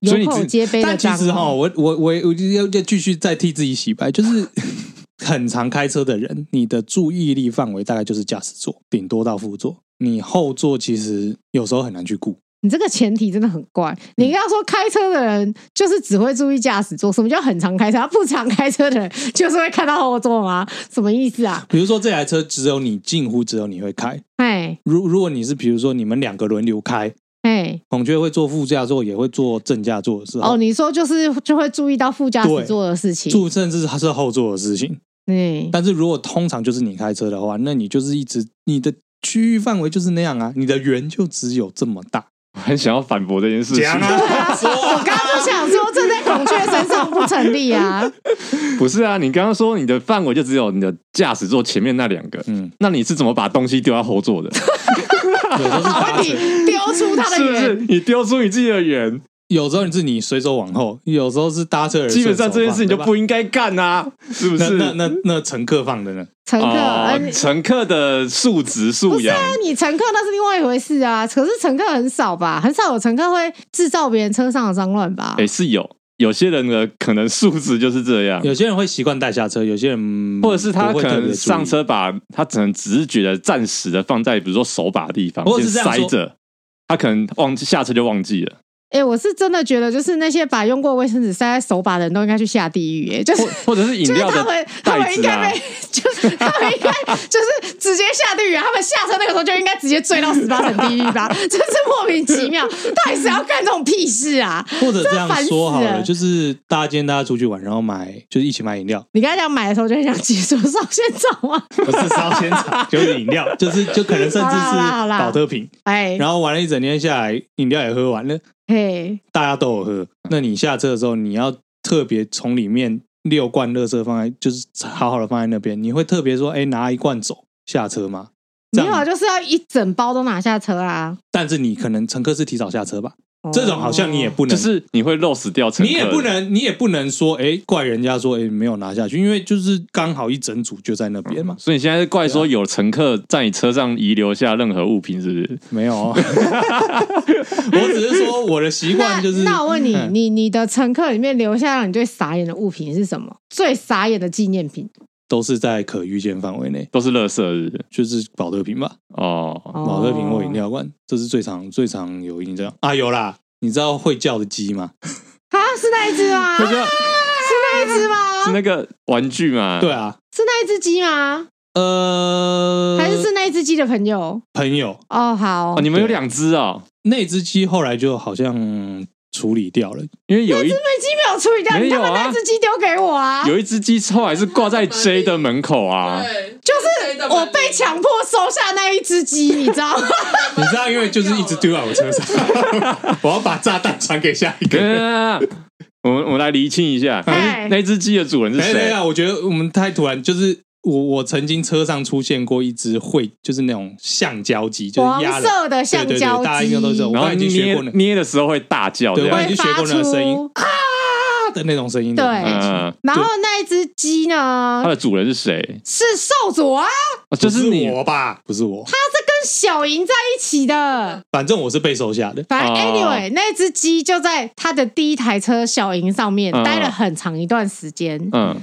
所以有你口自皆碑的但其张实哈，哦，我我我我就要要继续再替自己洗白，就是 很常开车的人，你的注意力范围大概就是驾驶座，顶多到副座。你后座其实有时候很难去顾，你这个前提真的很怪。嗯你要说开车的人就是只会注意驾驶座，什么叫很常开车？他不常开车的人就是会看到后座吗？什么意思啊？比如说这台车只有你，近乎只有你会开。哎如如果你是比如说你们两个轮流开，哎孔雀会坐副驾座，也会坐正驾座的时候，哦，你说就是就会注意到副驾驶对座的事情，坐甚至是后座的事情。嗯。但是如果通常就是你开车的话，那你就是一直你的区域范围就是那样啊，你的圆就只有这么大。很想要反驳这件事怎情，样啊对 啊，我刚刚就想说，这在孔雀身上不成立 啊。不是啊？你刚刚说你的范围就只有你的驾驶座前面那两个，嗯，那你是怎么把东西丢在后座的？有时候是好，搭你乘，丢出它是的不是圆，你丢出你自己的圆？有时候是啊你随手往后，有时候是搭车的人基本上这件事情就顺手不应该干啊，是不放是？对吧那那那那乘客放的呢？乘客，哦呃，你乘客的素质素不是养，啊，你乘客那是另外一回事啊。可是乘客很少吧，很少有乘客会制造别人车上的脏乱吧？哎、是有有些人的可能素质就是这样，有些人会习惯带下车，有些人嗯或者是他不会可特别注能意上，车把他只能只是觉得暂时的放在比如说手把的地方，或者先是这样塞说着，他可能忘记下车就忘记了，哎、我是真的觉得，就是那些把用过卫生纸塞在手把的人都应该去下地狱、哎，就是或。或者是饮就是料他的们，他们袋应子啊该被，， 就是他们应该就是直接下地狱、啊。他们下车那个时候就应该直接坠到十八层地狱吧？ 真是莫名其妙，到底谁要干这种屁事啊？或者这样说好真的烦死了，了就是大家今天大家出去玩，然后买就是一起买饮料，你刚才讲买的时候就很想解说上现场啊，不是烧仙草， 就是饮料，就是就可能甚好至啦是好啦好啦保特瓶，哎，然后玩了一整天下来，饮料也喝完了，嘿，大家都有喝。那你下车的时候，你要特别从里面六罐垃圾放在，就是好好的放在那边，你会特别说，哎，拿一罐走下车吗？这没有啊，样，就是要一整包都拿下车啊。但是你可能乘客是提早下车吧，哦这种好像你也不能，就是你会漏死掉乘你客，也不。能，你也不能说，哎，怪人家说，哎，没有拿下去，因为就是刚好一整组就在那边嘛，所以你现在是怪说有乘客在你车上遗留下任何物品，是不是？没有、哦，我只是说我的习那惯就是，那我问你，嗯你你的乘客里面留下让你最傻眼的物品是什么？最傻眼的纪念品？都是在可预见范围内，都是垃圾日就是保特瓶吧。哦，哦保特瓶或饮料罐，这是最常最常有印象啊。有啦，你知道会叫的鸡吗？啊？是那一 只吗？那是个那一只是吗？那个玩具嘛？对，啊，是那一只鸡吗？呃，还是是那一只鸡的朋友？朋友哦，好哦，，你们有对两只哦，那只鸡后来就好像处理掉了，因为有一那鸡没有处理掉，没你有他啊把那只鸡丢给我啊！有一只鸡后来是挂在 J 的门口啊，对，就是我被强迫收下那一只 鸡，你知道吗？你知道，因为就是一直丢在我车 上，我要把炸弹传给下一个等等人。等等等我们我们来厘清一下，嗨那只鸡的主人是哎，对谁？啊，我觉得我们太突然，就是。我我曾经车上出现过一只会，就是那种橡胶鸡，就是黄压了，色的橡对对对胶鸡，大家应该都知道我然后刚才已经学捏过了捏的时候会大叫这对我刚才样已，经学过那个声音啊的那种声音的对那种鸡。嗯，然后那一只鸡呢啊它，的主人是谁？是兽主啊，哦就是你不我吧？不是我，跟小莹在一起的。反正我是被收下的。反正哦 anyway，、那只鸡就在他的第一台车小莹上面、嗯待了很长一段时间。嗯，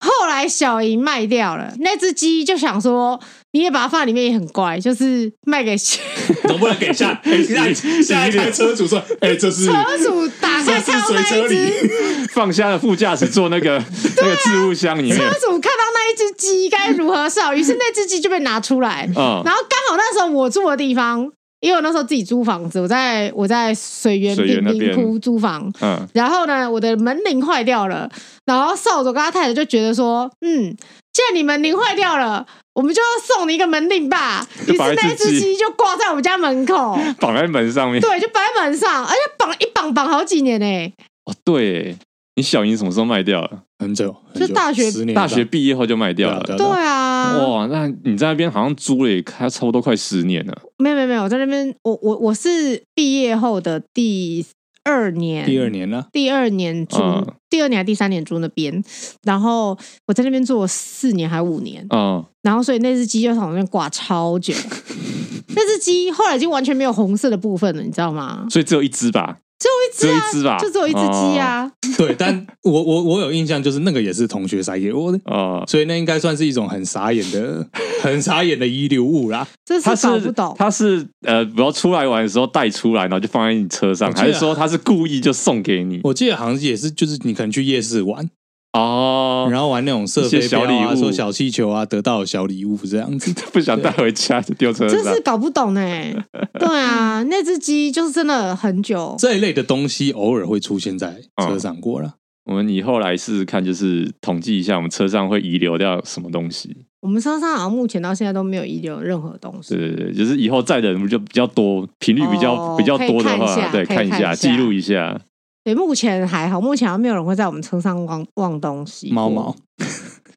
后来小莹卖掉了那只鸡，就想说你也把它放在里面也很乖，就是卖给车总不能给下 哎下一下一台车主说，哎，这是主。打开看到那一只，放下了副驾驶座那个啊那个置物箱里面，车主看到那一只鸡该如何是好？于是那只鸡就被拿出来，啊嗯，然后刚好那时候我住的地方，因为我那时候自己租房子，我在我在水源水源平那民边窟租房。嗯，然后呢，我的门铃坏掉了，然后少佐跟他太太就觉得说，嗯，既然你门铃坏掉了，我们就送你一个门铃吧。于就是把那一只鸡只鸡就挂在我们家门口，绑在门上面。对，就摆在门上，而且绑一绑绑好几年呢、欸哦，对，你小莹什么时候卖掉了？很久，就大学十年大学毕业后就卖掉了。对啊，哇，那你在那边好像租了也开差不多快十年了。没有没有没有，我在那边，我我我是毕业后的第二年，第二年了，第二年住，嗯第二年还第三年住那边，然后我在那边做四年还五年，嗯，然后所以那只鸡就从那边挂超 久。那只鸡后来已经完全没有红色的部分了，你知道吗？所以只有一只吧？只有一只啊，只有一只吧就只有一只鸡啊。对，但我我我有印象，就是那个也是同学塞给我的，哦、所以那应该算是一种很傻眼的、很傻眼的遗留物啦。这他是搞不是懂。他是呃，不要出来玩的时候带出来，然后就放在你车上，我记得还是说他是故意就送给你？我记得好像也是，就是你可能去夜市玩，哦， 然后玩那种射飞镖一些小啊、礼物说小气球啊，得到小礼物这样子。不想带回家就丢车真上是。搞不 懂哎、对啊，那只鸡就是真的很久，这一类的东西偶尔会出现在哦车上过啦。我们以后来试试看，就是统计一下我们车上会遗留掉什么东西。我们车上好像目前到现在都没有遗留任何东西对。对对，就是以后载的人就比较多，频率比较、哦比较多的可以看一话，下对，可以看一看一下记录一下。对，目前还好，目前好像没有人会在我们车上忘忘东西。猫毛，，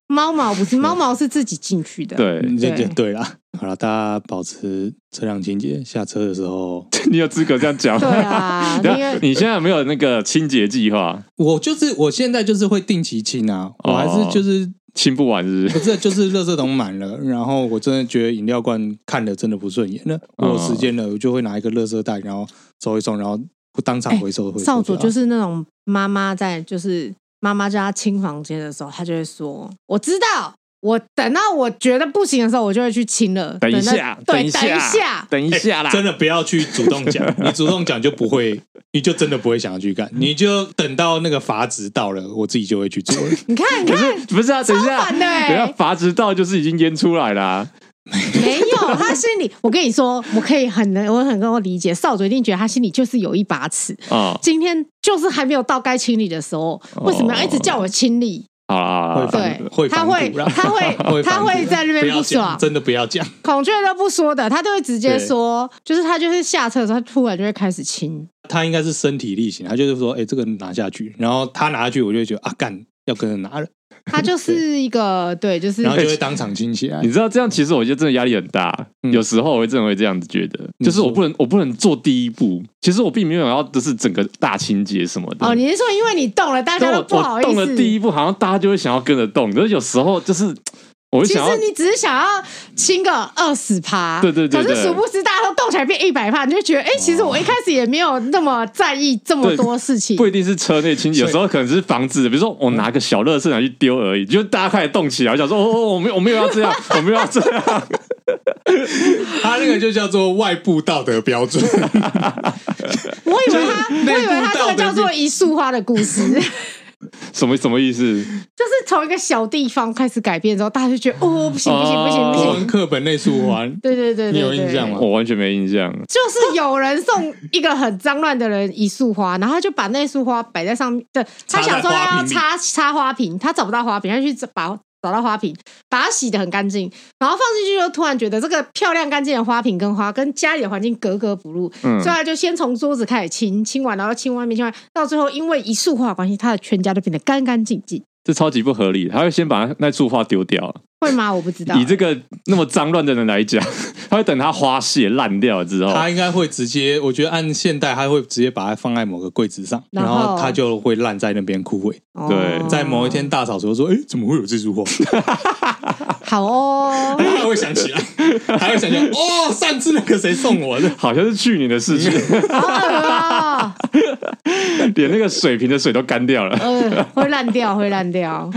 猫毛不是猫毛是自己进去的。，对，你这对这对啦。好了，大家保持车辆清洁，下车的时候， 你有资格这样讲？ 对啊 等一因下为你现在有没有那个清洁计划？我就是我现在就是会定期清啊，我还哦是就是清不完是不不是？是，就是垃圾桶满了，然后我真的觉得饮料罐看的真的不顺眼了，我有时间了，我就会拿一个垃圾袋，然后收一收，然后不当场回收回收掉。哎少佐啊就是那种妈妈在，就是妈妈叫他清房间的时候，他就会说：“我知道，我等到我觉得不行的时候，我就会去清了。等一到下，对，一 等一下下，，等一下啦！真的不要去主动讲，你主动讲就不会，你就真的不会想要去干，你就等到那个阀值到了，我自己就会去做了。你看，你可看，是 不是啊？等一哎超下，烦的欸等一下，阀值到就是已经淹出来啦、没有，他心里，我跟你说，我可以很能，我很能够理解，少佐一定觉得他心里就是有一把尺，啊、今天就是还没有到该清理的时候，为什么要一直叫哦我清理？好啦好会啦好啦，反 对会，他反会，骨啦他会，他反骨会在那不边要不讲，爽。真的不要讲。孔雀都不说的，他就会直接对说，就是他就是下车的时候，他突然就会开始亲。他应该是身体力行，他就是说，哎、这个拿下去，然后他拿下去，我就会觉得啊，干要跟着拿了，他就是一个对，就是然后就会当场清起来你。知道这样，其实我觉得真的压力很大。嗯有时候我会真的会这样子觉得，你就是我说不能，我不能做第一步。其实我并没有要，就是整个大清洁什么的。哦，你是说因为你动了，大但家我都不好我意思？动了第一步，好像大家就会想要跟着动。可是有时候就是，我会其想实要，你只是想要亲个二十趴，对对对对可是殊不知大家都动起来变一百趴，你就觉得哎、诶其实我一开始也没有那么在意这么对多事情。不一定是车内清洁，有所以嗯时候可能是房子，比如说我拿个小垃圾拿去丢而已，就大家开始动起来，我想说，哦，哦我没有，我没有要 这样，我没有要这样。 他那个就叫做外部道德标 准，我以为他，内我以为他部这道个德叫做标一束花的 故事，就是什么什么意思？从一个小地方开始改变之后，大家就觉得哦，不行不行不行不国哦文行，课本内数环。对对对对，你有对印象吗我完全没印象。就是有人送一个很脏乱的人一束花，然后他就把那束花摆在上面，对他想说他要插在花瓶里插插花瓶，他找不到花瓶，他去把找到花瓶，把它洗得很干净，然后放进去就突然觉得这个漂亮干净的花瓶跟花跟家里的环境格格不入，嗯所以他就先从桌子开始清，清完然后清外面，清完到最后因为一束花的关系，他的全家都变得干干净净，这超级不合理的，他会先把那束花丢掉。会吗？我不啊知道以。这个那么脏乱的人来讲， 他会等它花谢烂掉之后，他应该会直接，我觉得按现代，他会直接把它放在某个柜子上，然然后后它就会烂在那边枯萎。哦对在某一天大扫除的时候，哎，怎么会有这束花？，好哦他会想起来，他会想起来，哦，上次那个谁送我的，好像是去年的 事情，好恶哦，连那个水瓶的水都干掉了，呃，会烂掉，会烂掉。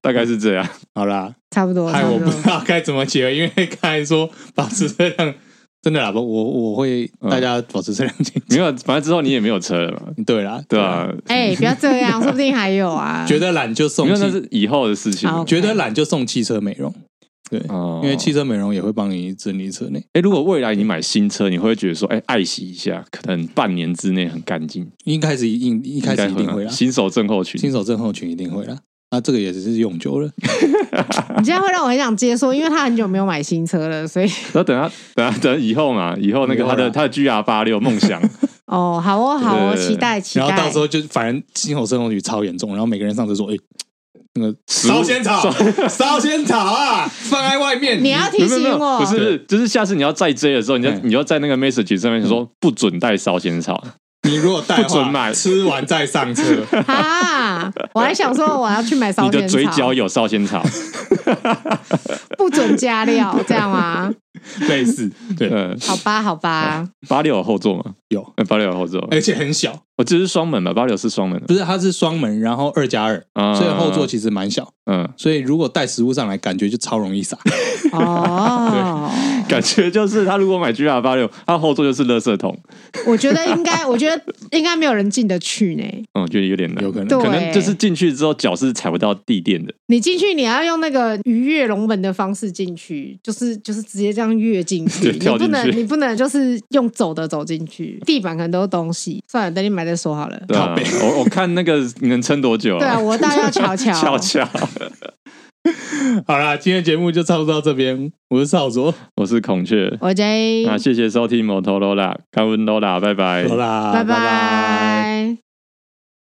大概是这样。好啦，差不多，害差我不不多知。道该怎么结尾，因为刚才说保持车辆，真的啦，不我我会嗯大家保持车辆清没有，反正之后你也没有车了嘛，洁，对啊啦，对啊吧、 哎、不要这样，说不定还 有啊。觉得懒就送因为那汽，是以后的事情。好觉得懒就送汽车美容，对，哦因为汽车美容也会帮你整理车内，哎，如果未来你买新车，你会觉得说，哎，爱惜一下，可能半年之内很干净，一开始一定一开始一应该定啊会啦，新手症候群新。手症候群一定会啦。那、这个也只是用久了，你这样会让我很想接受，因为他很久没有买新车 了，所以然后等他，等他，等以后嘛，以后那个他没有的啦他的 GR 八六 梦想，哦，好哦，好哦，对对对期待期然待。后到时候就反正新手症候群超严重，然后每个人上厕所，哎、那个食物烧仙草，烧仙草啊，放在外面。你要没提有没有没有，醒我，不是不是，就是下次你要再追的时候，你要嗯你要在那个 message 上面说不准带烧仙嗯草，你如果带的话不准买吃完再上 车。啊，我还想说我要去买烧你的仙嘴角草，有烧仙 草，不准加料，这样吗？类似，对，嗯，好吧，好吧，八六有后座吗？有，呃八六有后座，而且很小，我这是双门吧？八六是双门的不是，它是双门，然后二加二，啊所以后座其实蛮小，嗯，所以如果带食物上来，感觉就超容易洒。哦，感觉就是他如果买 GR 八六，他后座就是垃圾桶，我觉得应该，我觉得应该没有人进得去呢。嗯，我觉得有点难，有可能对可能就是进去之后脚是踩不到地垫的，你进去，你要用那个鱼跃龙门的方式进去，就是就是直接这样跃进去，对跳进去你不能你不能就是用走的走进去，地板可能都是东西。算了，等你买再说好了。啊对啊靠背， 我我看那个你能撑多久？对啊，我倒要瞧瞧。翘翘，好啦，今天节目就差不多到这边。我是少佐，我是孔 雀，我 J，啊那谢谢收听摩托罗拉，干温罗拉，拜拜好。啦，拜拜拜。